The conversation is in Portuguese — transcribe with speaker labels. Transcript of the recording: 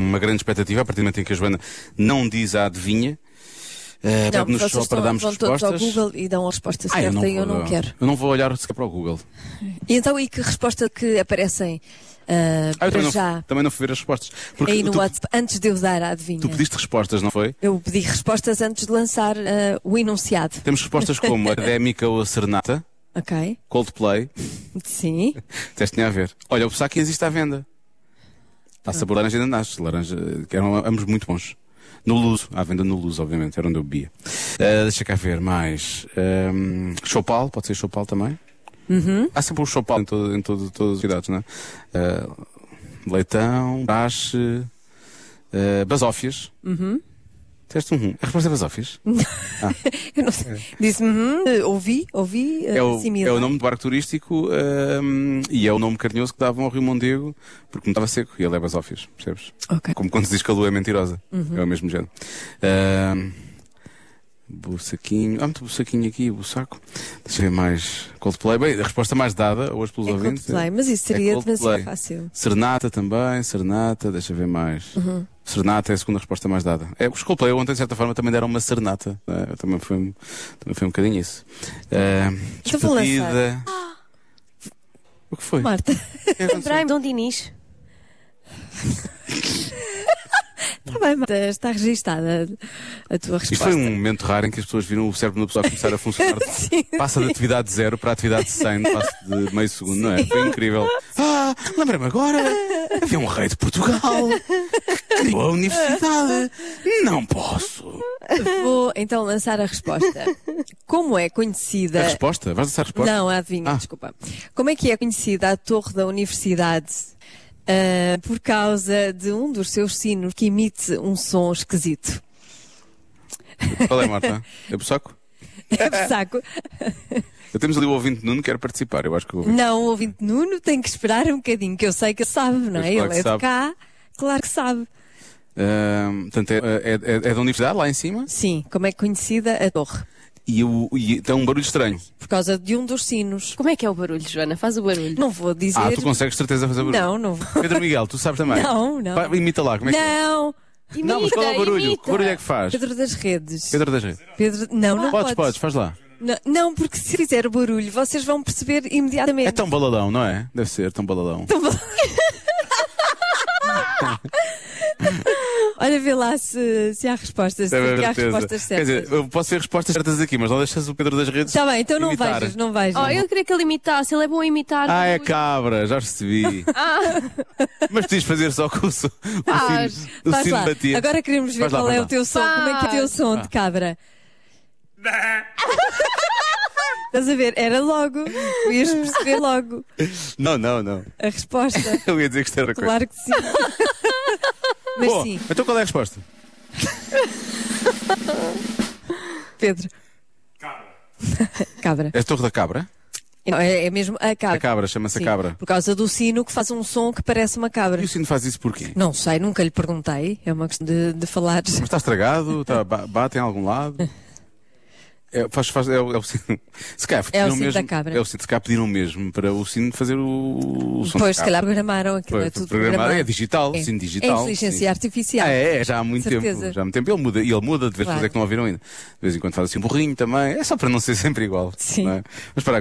Speaker 1: uma grande expectativa, a partir do momento em que a Joana não diz a adivinha. Uh,
Speaker 2: Não,
Speaker 1: Pede-nos
Speaker 2: vocês
Speaker 1: só para
Speaker 2: estão-
Speaker 1: darmos
Speaker 2: vão todos ao
Speaker 1: respostas.
Speaker 2: Google e dão a resposta
Speaker 1: Ah,
Speaker 2: certa e eu não
Speaker 1: vou-
Speaker 2: quero.
Speaker 1: Eu não vou olhar sequer para o Google.
Speaker 2: E então, e que resposta que aparecem ah,
Speaker 1: Ah, eu
Speaker 2: para
Speaker 1: também,
Speaker 2: já
Speaker 1: não, também não fui ver as respostas. Porque
Speaker 2: aí no
Speaker 1: tu,
Speaker 2: WhatsApp, antes de eu dar a adivinha?
Speaker 1: tu pediste respostas, não foi?
Speaker 2: Eu pedi respostas antes de lançar ah, o enunciado.
Speaker 1: Temos respostas como Académica ou a Serenata,
Speaker 2: Ok?
Speaker 1: Coldplay,
Speaker 2: Sim.
Speaker 1: teste tinha a ver. Olha, o Psaquinhas existe à venda. Está sabor laranja de ananás, laranja, que eram ambos muito bons. No Luso, à venda no Luso, obviamente, era onde eu bebia. Ah, deixa cá ver, mais. ahm, Chopal, pode ser Chopal também.
Speaker 2: Uhum.
Speaker 1: Há sempre um Chopal em, todo, em todo, todas as cidades, não é? Ah, Leitão, Brache, ah, Basófias.
Speaker 2: Uhum.
Speaker 1: Teste um. rum. A resposta é Basófias?
Speaker 2: Eu não sei. Disse, uhum, eh, ouvi, ouvi, eh,
Speaker 1: É o,
Speaker 2: similar.
Speaker 1: é o nome do barco turístico ahm, e é o nome carinhoso que davam ao Rio Mondego porque não estava seco e ele é basófias, percebes?
Speaker 2: Ok. Uhum.
Speaker 1: Como quando se diz que a lua é mentirosa. É o mesmo género. Ahm, Bussaquinho. Há muito bussaquinho aqui, bussaco. Deixa eu ver mais. Coldplay. Bem, a resposta mais dada hoje pelos
Speaker 2: É
Speaker 1: ouvintes.
Speaker 2: Coldplay, mas isso
Speaker 1: É
Speaker 2: seria
Speaker 1: Coldplay.
Speaker 2: demasiado fácil. Uhum.
Speaker 1: Serenata também, Serenata, deixa eu ver mais. Serenata é a segunda resposta mais dada. É, os Coldplay ontem, de certa forma, também deram uma serenata. né? Também, foi, um- também foi um bocadinho isso. Ah,
Speaker 2: Então vou lançar. Ah.
Speaker 1: despedida. O que foi?
Speaker 2: Marta,
Speaker 1: O que aconteceu?
Speaker 3: Lembrei-me de um Dinis.
Speaker 2: está tá bem, Marta, está registada a tua
Speaker 1: Isto
Speaker 2: resposta.
Speaker 1: foi um momento raro em que as pessoas viram o cérebro da pessoa começar a funcionar.
Speaker 2: Sim.
Speaker 1: Passa de atividade zero para atividade 100, passo de meio segundo, não é? Foi incrível. Ah, lembrei-me agora. Havia um rei de Portugal que criou a universidade. Não posso.
Speaker 2: Vou então lançar a resposta. Como é
Speaker 1: A
Speaker 2: conhecida.
Speaker 1: resposta? Vais lançar a resposta?
Speaker 2: Não, a adivinha,
Speaker 1: Ah.
Speaker 2: desculpa. Como é que é conhecida a torre da universidade ah, por causa de um dos seus sinos que emite um som esquisito?
Speaker 1: Qual é, Marta? É Bussaco?
Speaker 2: É saco.
Speaker 1: Eu temos ali o ouvinte Nuno que quer participar. Eu acho que o ouvinte.
Speaker 2: Não, o ouvinte Nuno tem que esperar um bocadinho, que eu sei que ele sabe, não
Speaker 1: Pois, claro
Speaker 2: é?
Speaker 1: que
Speaker 2: Ele é de
Speaker 1: sabe.
Speaker 2: cá, claro que sabe.
Speaker 1: Ahm, portanto, é, é, é- é da universidade, lá em cima,
Speaker 2: Sim, como é conhecida a torre?
Speaker 1: e, o, e tem um barulho estranho.
Speaker 2: Por causa de um dos sinos.
Speaker 3: Como é que é o barulho, Joana? Faz o barulho.
Speaker 2: Não vou dizer.
Speaker 1: Ah, tu consegues certeza fazer barulho?
Speaker 2: Não, não vou.
Speaker 1: Pedro Miguel, tu sabes também?
Speaker 2: Não, não.
Speaker 1: Pá, imita lá, como é que é?
Speaker 2: Não!
Speaker 1: não, mas qual é o
Speaker 3: Imita,
Speaker 1: barulho?
Speaker 3: imita.
Speaker 1: Que barulho é que faz?
Speaker 2: Pedro das Redes.
Speaker 1: Pedro das Redes.
Speaker 2: Pedro- Não, não
Speaker 1: Podes, podes, faz lá.
Speaker 2: Não, não, porque se fizer barulho, vocês vão perceber imediatamente.
Speaker 1: É tão balalão, não é? Deve ser tão balalão.
Speaker 2: Olha, vê lá se, se há respostas, se
Speaker 1: Deve
Speaker 2: há
Speaker 1: haver Então? certeza.
Speaker 2: respostas
Speaker 1: Quer
Speaker 2: certas.
Speaker 1: dizer, eu posso ver respostas certas aqui, mas não deixas o Pedro das Redes.
Speaker 2: Está bem, então não
Speaker 1: imitar.
Speaker 2: vejas, não vejas.
Speaker 3: Oh, eu queria que ele imitasse. Ele é bom a imitar.
Speaker 1: Ah, é
Speaker 3: barulho. Ah.
Speaker 1: cabra, já percebi. Mas podias fazer só com o, so- com o
Speaker 3: Faz,
Speaker 1: sino, o
Speaker 2: Faz
Speaker 1: sino
Speaker 2: lá.
Speaker 1: batia.
Speaker 2: Agora queremos ver
Speaker 1: Faz lá,
Speaker 2: qual
Speaker 1: faz
Speaker 2: é
Speaker 1: lá. Ah.
Speaker 2: o teu som, como é que é o teu som de cabra. Estás a ver? Era logo. Tu Ias perceber logo
Speaker 1: Não, não, não.
Speaker 2: a resposta.
Speaker 1: Eu ia dizer que isto era coisa.
Speaker 2: Claro que sim. Mas
Speaker 1: Bom,
Speaker 2: sim,
Speaker 1: então qual é a resposta?
Speaker 2: Pedro. Cabra.
Speaker 1: É a Torre da Cabra?
Speaker 2: Não, É, é mesmo a cabra.
Speaker 1: A cabra, chama-se a
Speaker 2: Sim,
Speaker 1: cabra.
Speaker 2: Por causa do sino que faz um som que parece uma cabra.
Speaker 1: E o sino faz isso porquê?
Speaker 2: Não sei, nunca lhe perguntei. É uma questão de, de falar.
Speaker 1: Mas está estragado? Está, ba- bate em algum lado? É, faz, faz, é, o é o sino. Se calhar,
Speaker 2: É o
Speaker 1: pediram
Speaker 2: sino
Speaker 1: mesmo,
Speaker 2: da cabra.
Speaker 1: É o sino, se calhar pediram mesmo para o sino fazer o, o som.
Speaker 2: Depois,
Speaker 1: da
Speaker 2: se
Speaker 1: cabra.
Speaker 2: calhar, programaram aquilo.
Speaker 1: Foi- foi
Speaker 2: É tudo
Speaker 1: programado.
Speaker 2: programado.
Speaker 1: É digital,
Speaker 2: É.
Speaker 1: sino digital.
Speaker 2: É inteligência
Speaker 1: sim.
Speaker 2: artificial.
Speaker 1: Ah, é, é, já há muito
Speaker 2: Certeza.
Speaker 1: tempo. Já há muito tempo. Ele muda, e ele muda de vez em quando
Speaker 2: Claro.
Speaker 1: é que não ouviram ainda. De vez em quando faz assim um burrinho também. É só para não ser sempre igual.
Speaker 2: Sim.
Speaker 1: não é? Mas para